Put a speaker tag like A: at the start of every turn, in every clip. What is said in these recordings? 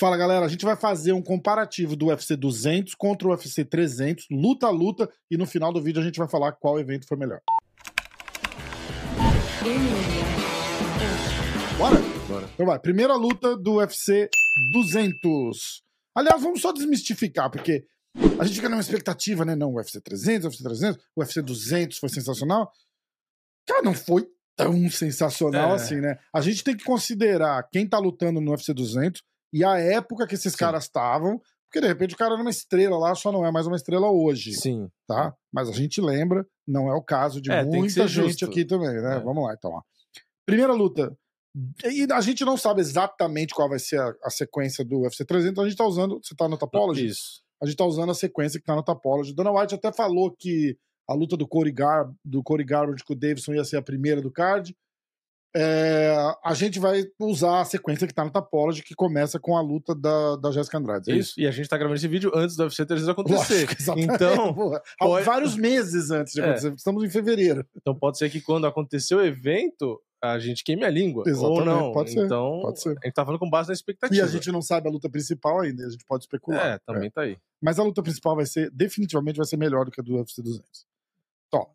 A: Fala galera, a gente vai fazer um comparativo do UFC 200 contra o UFC 300, luta a luta, e no final do vídeo a gente vai falar qual evento foi melhor. Bora? Bora. Então vai, primeira luta do UFC 200. Aliás, vamos só desmistificar, porque a gente fica numa expectativa, né? Não, o UFC 300, o UFC 300, o UFC 200 foi sensacional. Cara, não foi tão sensacional
B: É.
A: assim, né? A gente tem que considerar quem tá lutando no UFC 200 e a época que esses caras estavam, porque de repente o cara era uma estrela lá, só não é mais uma estrela hoje,
B: Sim.
A: tá? Mas a gente lembra, não é o caso de
B: É, tem que
A: muita
B: ser
A: gente
B: justo.
A: aqui também, né?
B: É.
A: Vamos lá, então. Ó. Primeira luta. E a gente não sabe exatamente qual vai ser a, a sequência do UFC 300, então a gente tá usando, você tá no Topology?
B: Isso.
A: A gente tá usando a sequência que tá no Topology. Dana White até falou que a luta do Corey, Gar do Corey Garbrandt com o Davidson ia ser a primeira do card. É, a gente vai usar a sequência que tá no Topology, que começa com a luta da, da Jéssica Andrade. É isso?
B: Isso. E a gente tá gravando esse vídeo antes do UFC 300 acontecer.
A: Lógico, exatamente.
B: então,
A: Pô, há
B: pode-
A: vários meses antes de
B: É.
A: acontecer. Estamos em fevereiro.
B: então pode ser que quando acontecer o evento, a gente queime a língua.
A: Exatamente,
B: Ou não.
A: pode ser,
B: Então,
A: pode ser.
B: a gente tá falando com base na expectativa.
A: E a gente não sabe a luta principal ainda, a gente pode especular.
B: É, também tá aí.
A: Mas a luta principal vai ser, definitivamente, vai ser melhor do que a do UFC 200. Então,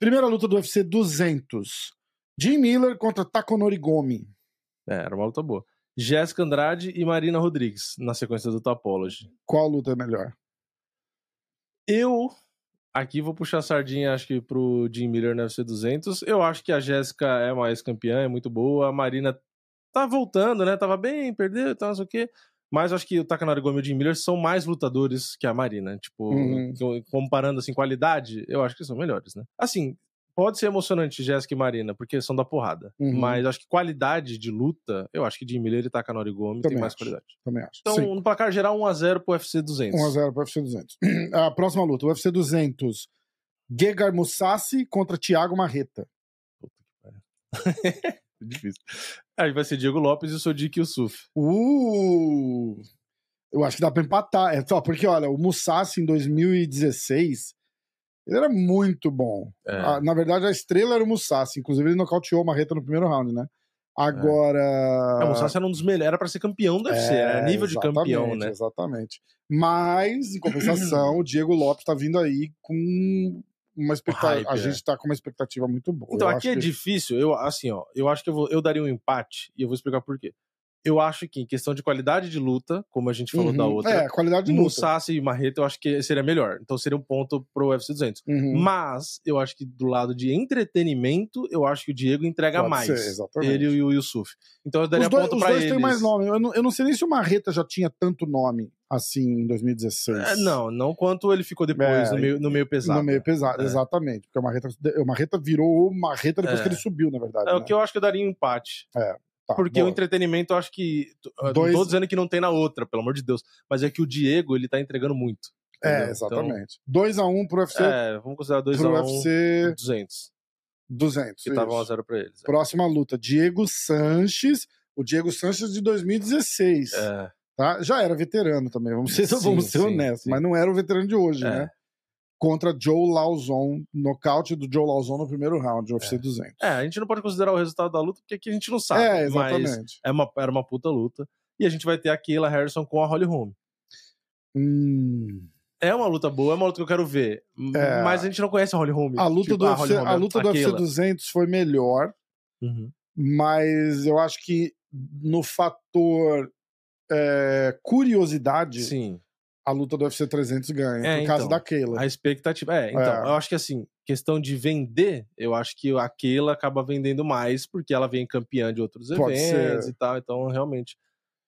A: primeira luta do UFC 200. Jim Miller contra Takunori Gomi.
B: É, era uma luta boa. Jéssica Andrade e Marina Rodrigues, na sequência do Topology.
A: Qual luta é melhor?
B: Eu aqui vou puxar a sardinha, acho que pro Jim Miller na UFC 200. Eu acho que a Jéssica é mais campeã, é muito boa. A Marina tá voltando, né? Tava bem, perdeu e tal, não sei o quê. Mas eu acho que o Takanori Gomi e o Jim Miller são mais lutadores que a Marina. Tipo,
A: Uhum.
B: com- comparando assim qualidade, eu acho que são melhores, né? Assim, pode ser emocionante Jéssica e Marina, porque são da porrada.
A: Uhum.
B: Mas acho que qualidade de luta, eu acho que Jim Miller e Takanori Gomi
A: Também
B: têm mais
A: acho.
B: qualidade.
A: Também acho.
B: Então,
A: Sim.
B: no placar geral, 1x0 pro UFC 200.
A: 1x0 para o UFC 200. A próxima luta, o UFC 200. Gegar Mussassi contra Thiago Marreta.
B: Difícil. Aí vai ser Diego Lopes e o Sodiq Yusuf.
A: Uh! Eu acho que dá pra empatar. É só porque, olha, o Mussassi em 2016, ele era muito bom.
B: É.
A: Ah, na verdade, a estrela era o Mussassi. Inclusive, ele nocauteou o Marreta no primeiro round, né? Agora.
B: É, o Mussassi era um dos melhores, era pra ser campeão do UFC, era nível de
A: é, exatamente,
B: campeão, né?
A: Exatamente. Mas, em compensação, o Diego Lopes tá vindo aí com uma expectativa.
B: Hype,
A: A
B: é.
A: gente tá com uma expectativa muito boa.
B: Então,
A: Eu
B: aqui
A: acho
B: é
A: que-
B: difícil, eu, assim, ó, eu acho que eu, vou, eu daria um empate e eu vou explicar por quê. Eu acho que, em questão de qualidade de luta, como a gente falou
A: Uhum.
B: da outra,
A: É, qualidade de luta.
B: Mussassi e Marreta eu acho que seria melhor. Então seria um ponto pro UFC 200.
A: Uhum.
B: Mas, eu acho que do lado de entretenimento, eu acho que o Diego entrega
A: Pode
B: mais.
A: ser, exatamente.
B: ele e o Yusuf. Então eu daria
A: Os dois,
B: ponto
A: os
B: pra
A: dois
B: eles.
A: têm mais nome. Eu não, eu não sei nem se o Marreta já tinha tanto nome assim em 2016.
B: É, não, não quanto ele ficou
A: É,
B: depois, no, meio, no meio pesado.
A: No meio pesado,
B: É.
A: exatamente. Porque o Marreta, o Marreta virou o Marreta depois
B: É.
A: que ele subiu, na verdade.
B: É o
A: né?
B: que eu acho que eu daria um empate.
A: Tá,
B: porque
A: boa.
B: o entretenimento, eu acho que. eu
A: Dois-
B: Não tô dizendo que não tem na outra, pelo amor de Deus. Mas é que o Diego, ele tá entregando muito.
A: É,
B: entendeu? Então,
A: exatamente. 2x1 pro UFC,
B: é, vamos considerar 2 a
A: pro
B: 1
A: UFC
B: 200.
A: 200.
B: Que tava
A: é isso.
B: 1x0 pra eles.
A: Próxima luta, Diego Sanches. O Diego Sanches de 2016.
B: É,
A: Tá? Já era veterano também, vamos ser,
B: Sim,
A: vamos ser
B: sim,
A: honestos.
B: sim.
A: Mas não era o veterano de hoje,
B: É.
A: né? Contra Joe Lauzon. Nocaute do Joe Lauzon no primeiro round, do UFC 200.
B: É, a gente não pode considerar o resultado da luta, porque aqui a gente não sabe.
A: É,
B: Mas
A: exatamente.
B: é uma, era uma puta luta. E a gente vai ter a Kayla Harrison com a Holly Holm.
A: Hum.
B: É uma luta boa, é uma luta que eu quero ver.
A: É.
B: Mas a gente não conhece a Holly Holm.
A: A luta
B: Tipo,
A: do, UFC,
B: Holly Holm,
A: a luta do UFC
B: Kayla.
A: 200 foi melhor,
B: Uhum.
A: mas eu acho que no fator é, curiosidade,
B: Sim.
A: a luta do UFC 300 ganha,
B: É,
A: por causa
B: então.
A: da Keila.
B: A expectativa. É, então,
A: É.
B: eu acho que assim, questão de vender, eu acho que a Keila acaba vendendo mais, porque ela vem campeã de outros
A: Pode
B: eventos
A: ser.
B: e tal. Então, realmente.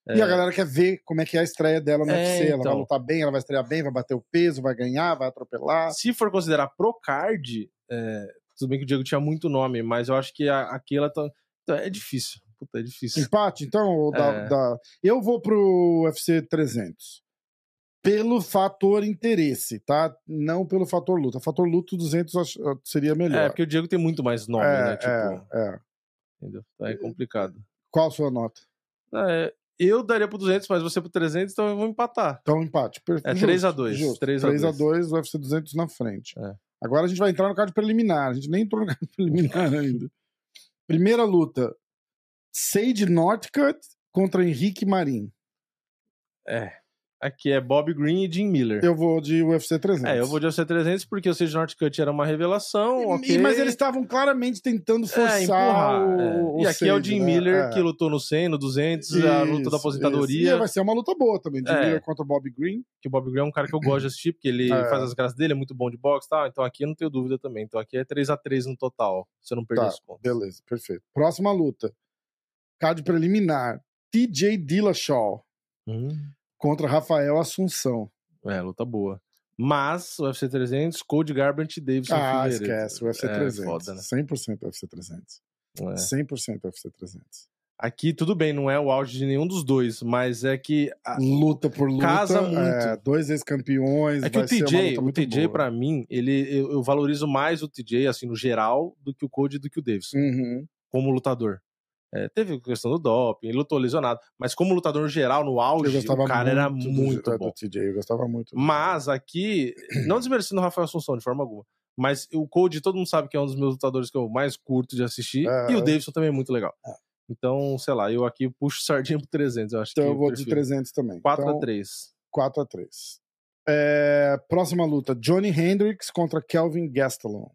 A: E a galera quer ver como é que é a estreia dela no
B: É,
A: UFC. Ela vai
B: então.
A: lutar bem, ela vai estrear bem, vai bater o peso, vai ganhar, vai atropelar.
B: Se for considerar pro card, é, tudo bem que o Diego tinha muito nome, mas eu acho que a, a Keila tá- tá- é difícil. Puta, é difícil.
A: Empate, então? Ou da,
B: É.
A: da- Eu vou pro UFC 300. Pelo fator interesse, tá? Não pelo fator luta. Fator luta 200 eu acho- eu- seria
B: É,
A: melhor.
B: porque o Diego tem muito mais nome,
A: É,
B: né? Tipo,
A: é, é.
B: entendeu? Então é complicado.
A: Qual a sua nota?
B: É, eu daria pro 200, mas você pro 300, então eu vou empatar.
A: Então, empate. Perfeito.
B: É,
A: Justo,
B: 3 a 2,
A: Justo. 3
B: 3 a
A: 3 a 2, o UFC 200 na frente.
B: É.
A: Agora a gente vai entrar no card preliminar. A gente nem entrou no card preliminar ainda. Primeira luta: Sage Northcutt contra Henrique Marim.
B: É. Aqui é Bob Green e Jim Miller.
A: Eu vou de UFC 300.
B: É, eu vou de UFC 300 porque o Sage Northcutt era uma revelação,
A: E-
B: ok.
A: e- Mas eles estavam claramente tentando forçar
B: é, empurrar,
A: o,
B: é.
A: o
B: E aqui é o
A: Sage,
B: Jim
A: né?
B: Miller
A: É.
B: que lutou no 100, no 200, a luta
A: Isso,
B: da aposentadoria.
A: isso. E vai ser uma luta boa também. Jim
B: É.
A: Miller contra o Bob Green.
B: Que o Bob Green é um cara que eu gosto de assistir, porque ele
A: É.
B: faz as graças dele, é muito bom de boxe e tal. Então aqui eu não tenho dúvida também. Então aqui é 3x3 no total, se eu não perder
A: Tá.
B: os pontos.
A: Beleza, perfeito. Próxima luta. Card preliminar. TJ Dillashaw
B: Hum.
A: contra Rafael Assunção.
B: É, luta boa. Mas o UFC 300, Cody Garbrandt e Davidson
A: Ah,
B: Figueiredo.
A: esquece. O UFC
B: É,
A: 300.
B: foda, né?
A: 100% UFC 300.
B: É.
A: 100% UFC 300.
B: Aqui tudo bem, não é o auge de nenhum dos dois, mas é que a-
A: Luta por luta.
B: Casa muito.
A: é, dois ex-campeões.
B: É que o
A: vai ser uma
B: TJ,
A: luta
B: o
A: muito
B: TJ
A: boa.
B: pra mim, ele eu, eu valorizo mais o TJ assim no geral do que o Cody e do que o Davidson
A: Uhum.
B: como lutador. É, teve a questão do doping, ele lutou lesionado, mas como lutador no geral no
A: Eu
B: auge,
A: gostava
B: o cara era
A: muito, é,
B: muito
A: do,
B: bom.
A: do TJ. Eu gostava muito.
B: Mas aqui, não desmerecendo o Rafael Assunção de forma alguma, mas o Cody todo mundo sabe que é um dos meus lutadores que eu mais curto de assistir
A: É.
B: e o Davidson também é muito legal. Então, sei lá, eu aqui puxo o sardinha pro 300, eu acho
A: Então
B: que
A: eu vou de 300 também.
B: 4
A: então,
B: a 3.
A: 4 a 3 É, próxima luta: Johnny Hendricks contra Kelvin Gastelum.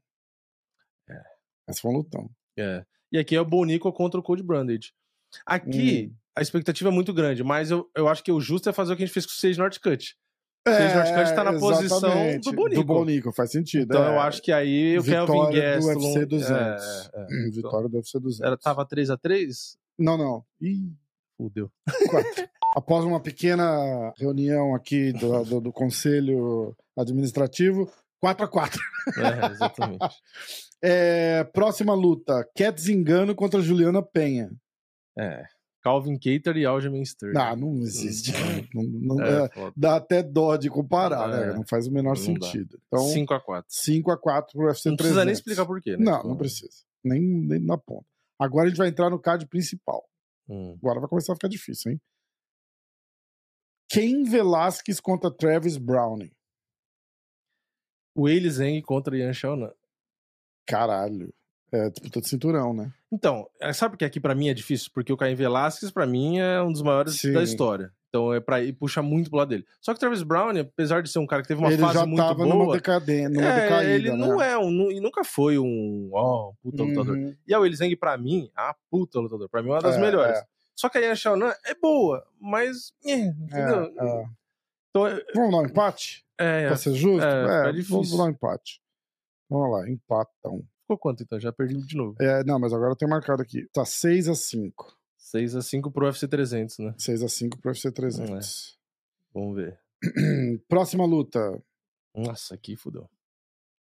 A: Essa foi um lutão.
B: É. E aqui é o Bonico contra o Cold Branded.
A: Hum.
B: Aqui, a expectativa é muito grande, mas eu, eu acho que o justo é fazer o que a gente fez com o Sage Northcutt. O Sage Northcutt tá na posição
A: Hum. É, exatamente,
B: do Bonico.
A: Do Bonico, faz sentido.
B: Então
A: é.
B: eu acho que aí o
A: Vitória
B: Kelvin
A: do
B: Gastelum...
A: UFC 200.
B: É, é.
A: Hum, Vitória deve ser 200.
B: Era, tava 3x3?
A: Não, não. Ih,
B: Fudeu.
A: quatro. Após uma pequena reunião aqui do, do, do Conselho Administrativo, 4 a 4
B: É, exatamente.
A: É, próxima luta: Cat Zingano contra Juliana Penha.
B: É. Calvin Cater e Aljamain Sterling.
A: Não, Ah, não existe. Não- não- é,
B: Hum, é, foda.
A: dá até dó de comparar, né?
B: É.
A: Não faz o menor
B: Não dá.
A: sentido. Então,
B: 5x4.
A: 5x4 pro UFC 300.
B: Não precisa nem explicar por quê, né?
A: Não,
B: Tipo,
A: não precisa. Nem, nem na ponta. Agora a gente vai entrar no card principal.
B: hum.
A: Agora vai começar a ficar difícil, hein? Ken Velasquez contra Travis Browning.
B: O Eilis Zeng contra Ian Shaunan.
A: Caralho. É disputa de cinturão, né?
B: Então, é, sabe que aqui pra mim é difícil? Porque o Caim Velasquez, pra mim, é um dos maiores
A: Sim.
B: da história. Então é pra ir puxa muito pro lado dele. Só que o Travis Brown, apesar de ser um cara que teve uma
A: Ele
B: fase
A: já
B: muito
A: tava numa,
B: boa.
A: decadê, numa
B: é,
A: decaída,
B: ele
A: né?
B: não é um. nu- E nunca foi um. Ó, puta lutador.
A: Uhum.
B: E a Willis Zeng, pra mim, é uma puta lutador. Pra mim, é uma das
A: É,
B: melhores.
A: é.
B: Só que a Yan Xiaonan é boa, mas. é,
A: É,
B: entendeu?
A: é.
B: Então, é.
A: Vamos dar um empate?
B: é,
A: Pra ser justo?
B: É,
A: É,
B: fica difícil.
A: vamos dar um empate. Vamos lá, empatão.
B: Ficou quanto então? Já perdi de novo.
A: É, não, mas agora eu tenho marcado aqui. Tá 6x5.
B: 6x5 pro UFC 300, né?
A: 6x5 pro UFC 300.
B: Vamos ver. É.
A: Próxima luta.
B: Nossa, aqui fudeu.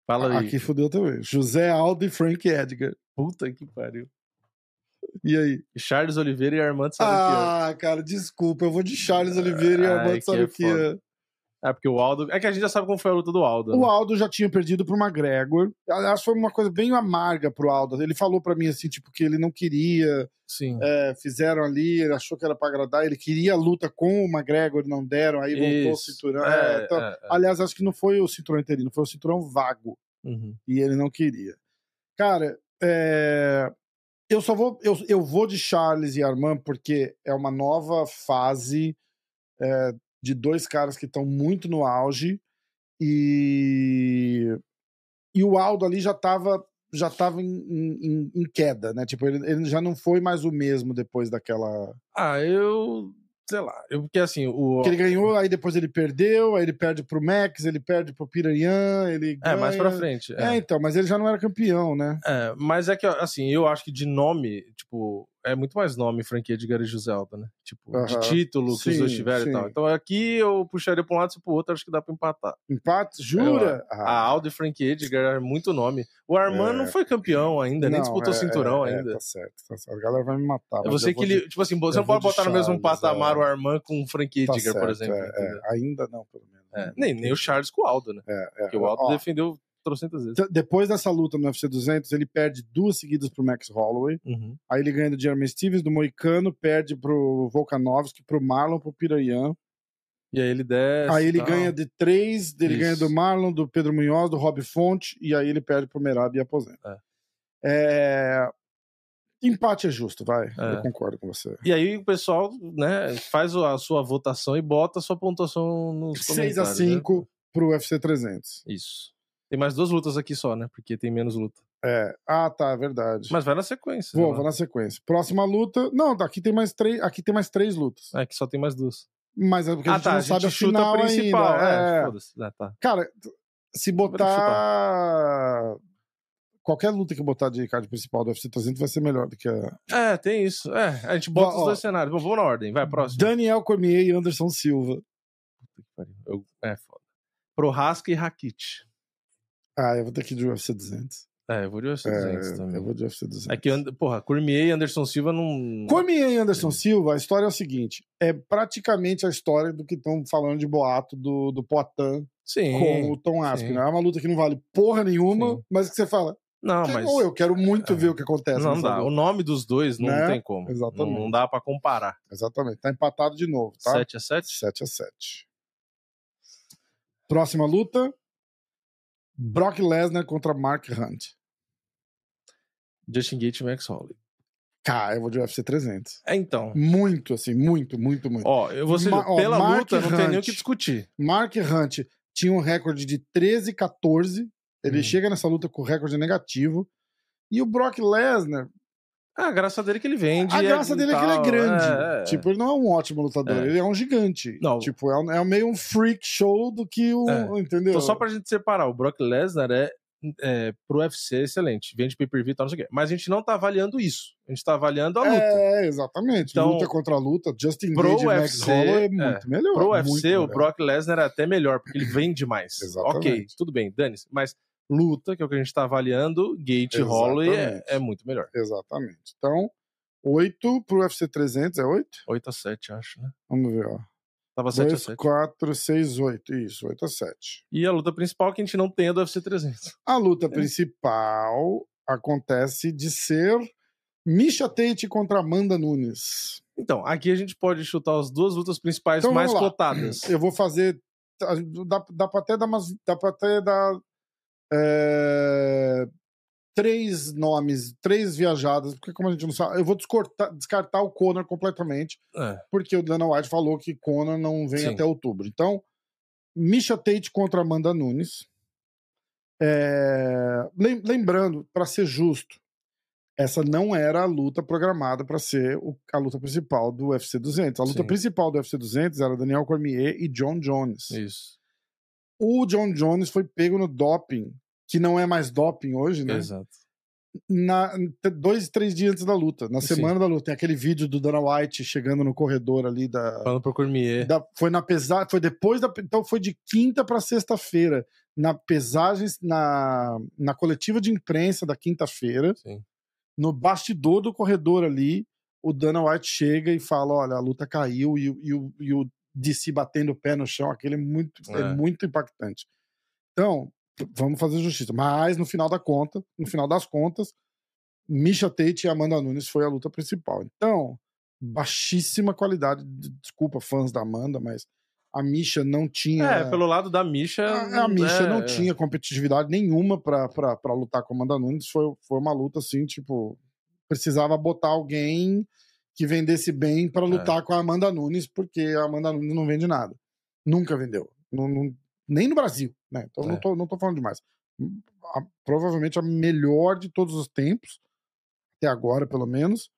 B: Fala aí.
A: Aqui fudeu também. José Aldo e Frank Edgar.
B: Puta que pariu.
A: E aí?
B: Charles Oliveira e Armando Sarukian.
A: Ah, cara, desculpa. Eu vou de Charles Oliveira e
B: é? Ai,
A: Armando
B: que é
A: Sarukian.
B: É porque o Aldo. É que a gente já sabe como foi a luta do Aldo.
A: o
B: né?
A: Aldo já tinha perdido pro McGregor. Aliás, foi uma coisa bem amarga pro Aldo. Ele falou pra mim, assim, tipo, que ele não queria.
B: Sim.
A: é, fizeram ali, ele achou que era pra agradar. Ele queria a luta com o McGregor, não deram. Aí voltou o
B: Isso.
A: cinturão.
B: É,
A: É, então,
B: é, é.
A: Aliás, acho que não foi o cinturão interino, foi o cinturão vago.
B: Uhum.
A: E ele não queria. Cara, é, eu só vou. Eu, eu vou de Charles e Armand porque é uma nova fase é, de dois caras que estão muito no auge. E. E o Aldo ali já tava, já tava em, em- em- em queda, né? Tipo, ele, ele já não foi mais o mesmo depois daquela.
B: Ah, eu. sei lá. Eu, porque assim, o.
A: Porque ele ganhou, aí depois ele perdeu, aí ele perde pro Max, ele perde pro Piranha, ele
B: É,
A: ganha.
B: mais pra frente.
A: É, então, mas ele já não era campeão, né?
B: É, mas é que, assim, eu acho que de nome, tipo, é muito mais nome franquia de Gary Zelda, né? Tipo, de
A: Aham.
B: título que os
A: Sim,
B: dois tiveram
A: sim.
B: e tal. Então aqui eu puxaria pra um lado e pro outro, acho que dá pra empatar.
A: Empate? Jura?
B: É,
A: Ah,
B: A Aldo e Frank Edgar é muito nome. O Armand
A: É.
B: não foi campeão ainda, nem
A: Não,
B: disputou
A: é,
B: cinturão
A: é, é,
B: ainda.
A: tá certo, tá certo. A galera vai me matar.
B: eu
A: Tá, mas
B: sei
A: eu
B: que
A: vou
B: ele,
A: de-
B: tipo assim, você
A: eu
B: não pode
A: vou de
B: botar no mesmo
A: Charles,
B: patamar
A: é.
B: o Armand com o Frank
A: tá
B: Edgar, por
A: certo,
B: exemplo.
A: é, é.
B: entendeu?
A: Ainda não, pelo menos.
B: É, Nem, nem o Charles com o Aldo, né?
A: É, é.
B: Porque o Aldo
A: Ó,
B: defendeu trocentas vezes.
A: t- Depois dessa luta no UFC 200, ele perde duas seguidas pro Max Holloway.
B: Uhum.
A: Aí ele ganha do Jeremy Stevens, do Moicano, perde pro Volkanovski, pro Marlon, pro Piranha.
B: E aí ele desce.
A: Aí ele
B: tal.
A: ganha de três, ele
B: tá Isso.
A: ganha do Marlon, do Pedro Munhoz, do Rob Fonte, e aí ele perde pro Merab e aposenta. É, Empate é justo, vai.
B: É.
A: Eu concordo com você.
B: E aí o pessoal, né, faz o- a sua votação e bota a sua pontuação nos
A: 6 a
B: comentários.
A: 5 pro UFC 300.
B: Né? Isso. Tem mais duas lutas aqui só, né? Porque tem menos luta.
A: É. Ah, tá, é verdade.
B: Mas vai na sequência.
A: vou,
B: né?
A: vou na sequência. Próxima luta. Não, daqui tem mais três, aqui tem mais três lutas.
B: É tá, que só tem mais duas. Ah,
A: Mas é porque a gente não sabe a final
B: É,
A: ainda. É.
B: foda-se. Ah, tá.
A: Cara, se botar qualquer luta que botar de card principal do UFC 300 vai ser melhor do que a
B: É, tem isso. É, a gente bota
A: Ó,
B: os
A: ó.
B: dois cenários. Bom, vamos na ordem. Vai, próximo.
A: Daniel Cormier e Anderson Silva.
B: Eu- é, foda. Prohaska e Rakit.
A: Ah, eu vou ter que ir de UFC 200.
B: É, eu vou de UFC
A: É,
B: 200
A: eu
B: também.
A: vou de UFC 200.
B: É que, and- porra, Cormier e Anderson Silva não...
A: Cormier e Anderson Silva, a história é o seguinte: é praticamente a história do que estão falando de boato do, do Poitin
B: Sim.
A: com o Tom Aspin.
B: sim.
A: É uma luta que não vale porra nenhuma,
B: Sim.
A: mas que você fala,
B: Não,
A: que-
B: mas...
A: ou eu quero muito
B: é.
A: ver o que acontece.
B: Não
A: nessa
B: dá. O
A: luta.
B: nome dos dois não
A: Né?
B: tem como.
A: Exatamente.
B: Não, não dá pra comparar.
A: Exatamente. Tá empatado de novo, tá?
B: 7 a 7
A: 7 a 7. Próxima luta: Brock Lesnar contra Mark Hunt.
B: Justin Gate e Max Holloway.
A: Cara, eu vou de UFC 300.
B: É, então.
A: Muito, assim, muito, muito, muito.
B: Ó, eu vou ser...
A: Ma- ó,
B: pela
A: Mark
B: luta, não tem nem o
A: Hunt.
B: que discutir.
A: Mark Hunt tinha um recorde de 13, 14. Ele
B: Hum.
A: chega nessa luta com recorde negativo. E o Brock Lesnar,
B: Ah, a graça dele é que ele vende.
A: a
B: e
A: graça dele é que ele é
B: tal.
A: grande.
B: É, é.
A: Tipo, ele não é um ótimo lutador,
B: É.
A: ele é um gigante.
B: Não.
A: Tipo, é, um- é meio um freak show do que o.
B: É.
A: Entendeu?
B: Então, só pra gente separar, o Brock Lesnar é, é pro UFC excelente, vende pay-per-view e tal, não sei o quê. Mas a gente não tá avaliando isso. A gente tá avaliando a luta.
A: É, exatamente.
B: Então,
A: luta contra luta, Justin
B: pro
A: Gage e Max
B: UFC,
A: Holloway é
B: é.
A: muito melhor.
B: Pro
A: muito
B: UFC, o
A: melhor.
B: Brock Lesnar é até melhor, porque ele vende mais. ok,
A: Exatamente.
B: tudo bem, dane-se. Mas luta, que é o que a gente tá avaliando, Gate e Holloway é,
A: Exatamente.
B: é muito melhor.
A: Exatamente. Então, 8 pro UFC 300, é 8?
B: 8 a 7 acho, né?
A: Vamos ver, ó.
B: Tava 7 a
A: 2,
B: 7
A: 4, 6, 8. Isso, 8 a 7.
B: E a luta principal que a gente não tem é do UFC 300.
A: A luta principal acontece de ser Misha Tate contra Amanda Nunes.
B: Então, aqui a gente pode chutar as duas lutas principais
A: Então,
B: mais
A: vamos lá.
B: cotadas.
A: Eu vou fazer. tá, Dá, dá pra até dar umas. Dá pra até dar. é, três nomes, três viajadas, porque como a gente não sabe. Eu vou descortar- descartar o Conor completamente,
B: É.
A: porque o Dana White falou que Conor não vem
B: Sim.
A: até outubro. Então, Misha Tate contra Amanda Nunes. É, lem- lembrando, para ser justo, essa não era a luta programada para ser o- a luta principal do UFC 200. A luta
B: Sim.
A: principal do UFC 200 era Daniel Cormier e John Jones.
B: Isso.
A: O John Jones foi pego no doping, que não é mais doping hoje, né?
B: Exato.
A: Na, t- dois, três dias antes da luta, na
B: Sim.
A: semana da luta. Tem aquele vídeo do Dana White chegando no corredor ali da,
B: Falando pro Cormier.
A: da- foi na pesagem, foi depois da, então foi de quinta para sexta-feira, na pesagem, na, na coletiva de imprensa da quinta-feira,
B: Sim.
A: no bastidor do corredor ali, o Dana White chega e fala, olha, a luta caiu e, o- e o- e o DC batendo o pé no chão, aquele é muito, é.
B: É.
A: muito impactante. Então, vamos fazer justiça, mas no final da conta, no final das contas, Misha Tate e Amanda Nunes foi a luta principal. Então, baixíssima qualidade. de- Desculpa, fãs da Amanda, mas a Misha não tinha.
B: É, pelo lado da Misha.
A: Ah, A, a Misha
B: é,
A: não
B: é.
A: tinha competitividade nenhuma pra, pra, pra lutar com a Amanda Nunes. Foi, foi uma luta assim, tipo, precisava botar alguém que vendesse bem
B: É.
A: pra lutar com a Amanda Nunes, porque a Amanda Nunes não vende nada. Nunca vendeu. Não- não- nem no Brasil, né? Então
B: É.
A: não, tô, não tô falando demais. A- provavelmente a melhor de todos os tempos, até agora, pelo menos.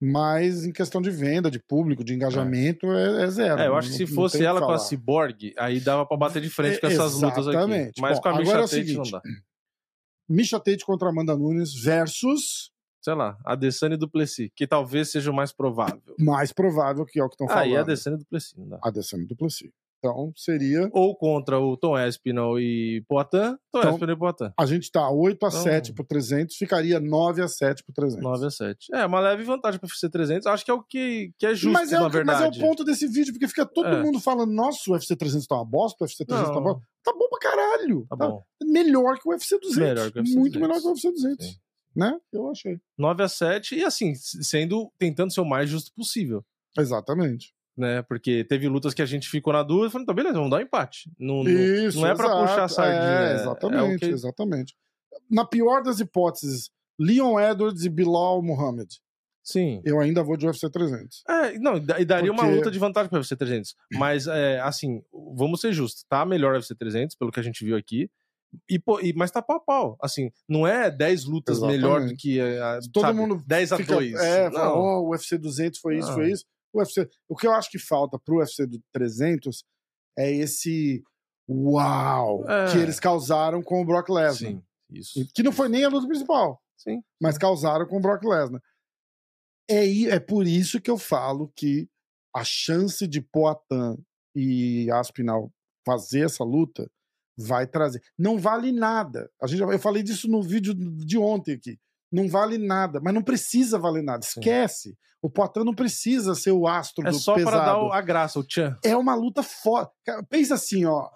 A: Mas em questão de venda, de público, de engajamento, é, é zero.
B: É, eu acho que
A: Não-
B: se
A: não
B: fosse
A: tem o que
B: ela com a
A: falar.
B: Cyborg, aí dava pra bater de frente com essas lutas aqui.
A: Exatamente.
B: Mas
A: Bom,
B: com a Misha
A: agora é o
B: Tate
A: seguinte.
B: não dá.
A: Misha Tate contra Amanda Nunes versus
B: Sei lá, a Desane e Duplessis, que talvez seja o mais provável.
A: mais provável que é o que estão falando.
B: Aí a Desane e Duplessis não dá.
A: a Adesanya Duplessis. Então seria.
B: Ou contra o Tom Espinal e Poitin, Tom
A: Então-
B: Espinal e Poitin.
A: A gente tá 8 a
B: Então-
A: 7 por 300, ficaria 9 a 7 por 300.
B: 9 a 7. É, uma leve vantagem pro UFC 300. Acho que é o que, que é justo,
A: mas, é
B: na
A: o, que- mas é
B: verdade.
A: o ponto desse vídeo, porque fica todo
B: É.
A: mundo falando: nossa, o UFC 300 tá uma bosta, o UFC 300 tá uma
B: Não.
A: bosta. Tá bom pra caralho.
B: Tá bom.
A: Melhor que o UFC 200.
B: Melhor que o UFC
A: Muito
B: 200.
A: melhor que o UFC 200.
B: Sim.
A: Né? Eu achei.
B: 9 a 7 e assim, sendo tentando ser o mais justo possível,
A: Exatamente.
B: né? Porque teve lutas que a gente ficou na dúvida, falando, tá beleza, vamos dar um empate. Não, não-
A: Isso,
B: não é pra
A: exato.
B: puxar a
A: É,
B: sardinha.
A: exatamente,
B: é o que-
A: exatamente. Na pior das hipóteses, Leon Edwards e Bilal Muhammad.
B: Sim.
A: Eu ainda vou de UFC 300.
B: É, não, e da- e daria uma
A: Porque-
B: luta de vantagem para o UFC 300. Mas, é, assim, vamos ser justos. Tá melhor o UFC 300, pelo que a gente viu aqui. E, pô, e- mas tá pau a pau. Assim, não é 10 lutas
A: Exatamente.
B: melhor do que. é, a-
A: Todo
B: sabe,
A: mundo
B: 10 a
A: Fica-
B: 2.
A: É, fala,
B: não. Ah.
A: ó, o UFC 200 foi isso,
B: Não.
A: foi isso. O, UFC, o que eu acho que falta pro UFC do 300 é esse uau
B: É.
A: que eles causaram com o Brock Lesnar.
B: Sim, isso.
A: Que não foi nem a luta principal,
B: Sim.
A: mas causaram com o Brock Lesnar. É, i- é por isso que eu falo que a chance de Poatan e Aspinal fazer essa luta vai trazer. Não vale nada. A gente, já- eu falei disso no vídeo de ontem aqui. Não vale nada, mas não precisa valer nada. Esquece. O Poatan não precisa ser o astro
B: É
A: do
B: só
A: pesado.
B: para dar o- a graça, o tchan.
A: É uma luta foda. Cara, Pensa assim, ó.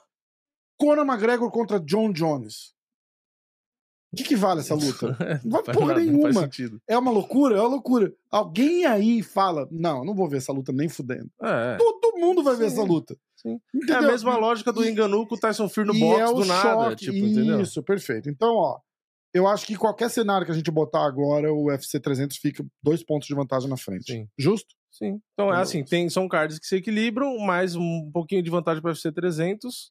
A: Conor McGregor contra John Jones. O que, que vale essa luta? Não vale
B: Faz
A: porra
B: nada, É, não faz
A: nenhuma.
B: sentido.
A: É uma loucura? É uma loucura. Alguém aí fala, não, não vou ver essa luta nem fudendo.
B: É, é.
A: Todo mundo vai ver
B: Sim,
A: essa luta.
B: sim. É
A: Entendeu?
B: a mesma lógica do
A: E-
B: Enganu com o Tyson Fury no
A: E
B: box
A: é o
B: do nada.
A: choque.
B: Tipo, entendeu?
A: Isso, perfeito. Então, ó, eu acho que qualquer cenário que a gente botar agora, o UFC 300 fica dois pontos de vantagem na frente.
B: Sim.
A: Justo?
B: Sim. Então, é
A: Entendeu?
B: assim, tem, são cards que se equilibram, mais um pouquinho de vantagem para o UFC 300.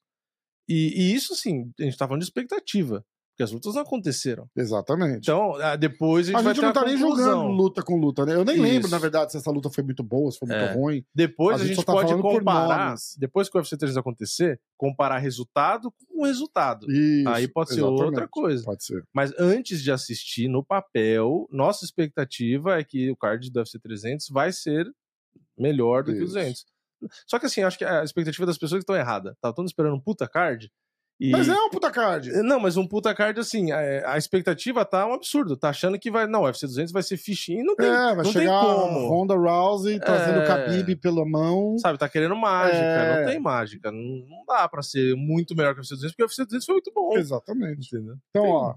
B: E, e isso, sim, a gente tá falando de expectativa. Porque as lutas não aconteceram.
A: Exatamente.
B: Então, ah, depois a gente
A: a
B: vai
A: gente
B: ter
A: não
B: a
A: tá nem
B: conclusão.
A: julgando luta com luta, né? Eu nem lembro,
B: Isso.
A: na verdade, se essa luta foi muito boa, se foi muito
B: É.
A: ruim.
B: Depois
A: A
B: a
A: gente
B: gente,
A: só tá
B: pode
A: falando por
B: comparar,
A: nomes.
B: depois que o UFC 300 acontecer, comparar resultado com resultado.
A: Isso,
B: Aí pode ser
A: exatamente.
B: outra coisa.
A: Pode ser.
B: Mas antes de assistir no papel, nossa expectativa é que o card do UFC 300 vai ser melhor do que o
A: Isso.
B: 200. Só que assim, acho que a expectativa das pessoas estão errada. Tá todo mundo esperando um puta card. E...
A: Mas é um puta card.
B: Não, mas um puta card assim, a, a expectativa tá um absurdo. Tá achando que vai. Não, o UFC 200 vai ser fichinho e não tem.
A: é, vai
B: não tem
A: chegar
B: como.
A: Ronda Rousey trazendo o
B: É.
A: Khabib pela mão.
B: Sabe, tá querendo mágica.
A: É.
B: Não tem mágica. Não, não dá pra ser muito melhor que o UFC 200, porque o UFC 200 foi muito bom.
A: Exatamente.
B: Entendeu?
A: Então,
B: Sim.
A: ó,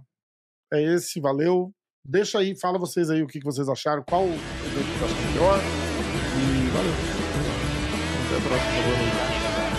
A: é esse, valeu. Deixa aí, fala vocês aí o que, que vocês acharam, qual o que
B: é
A: vocês acharam melhor. E valeu.
B: Até a próxima. boa noite.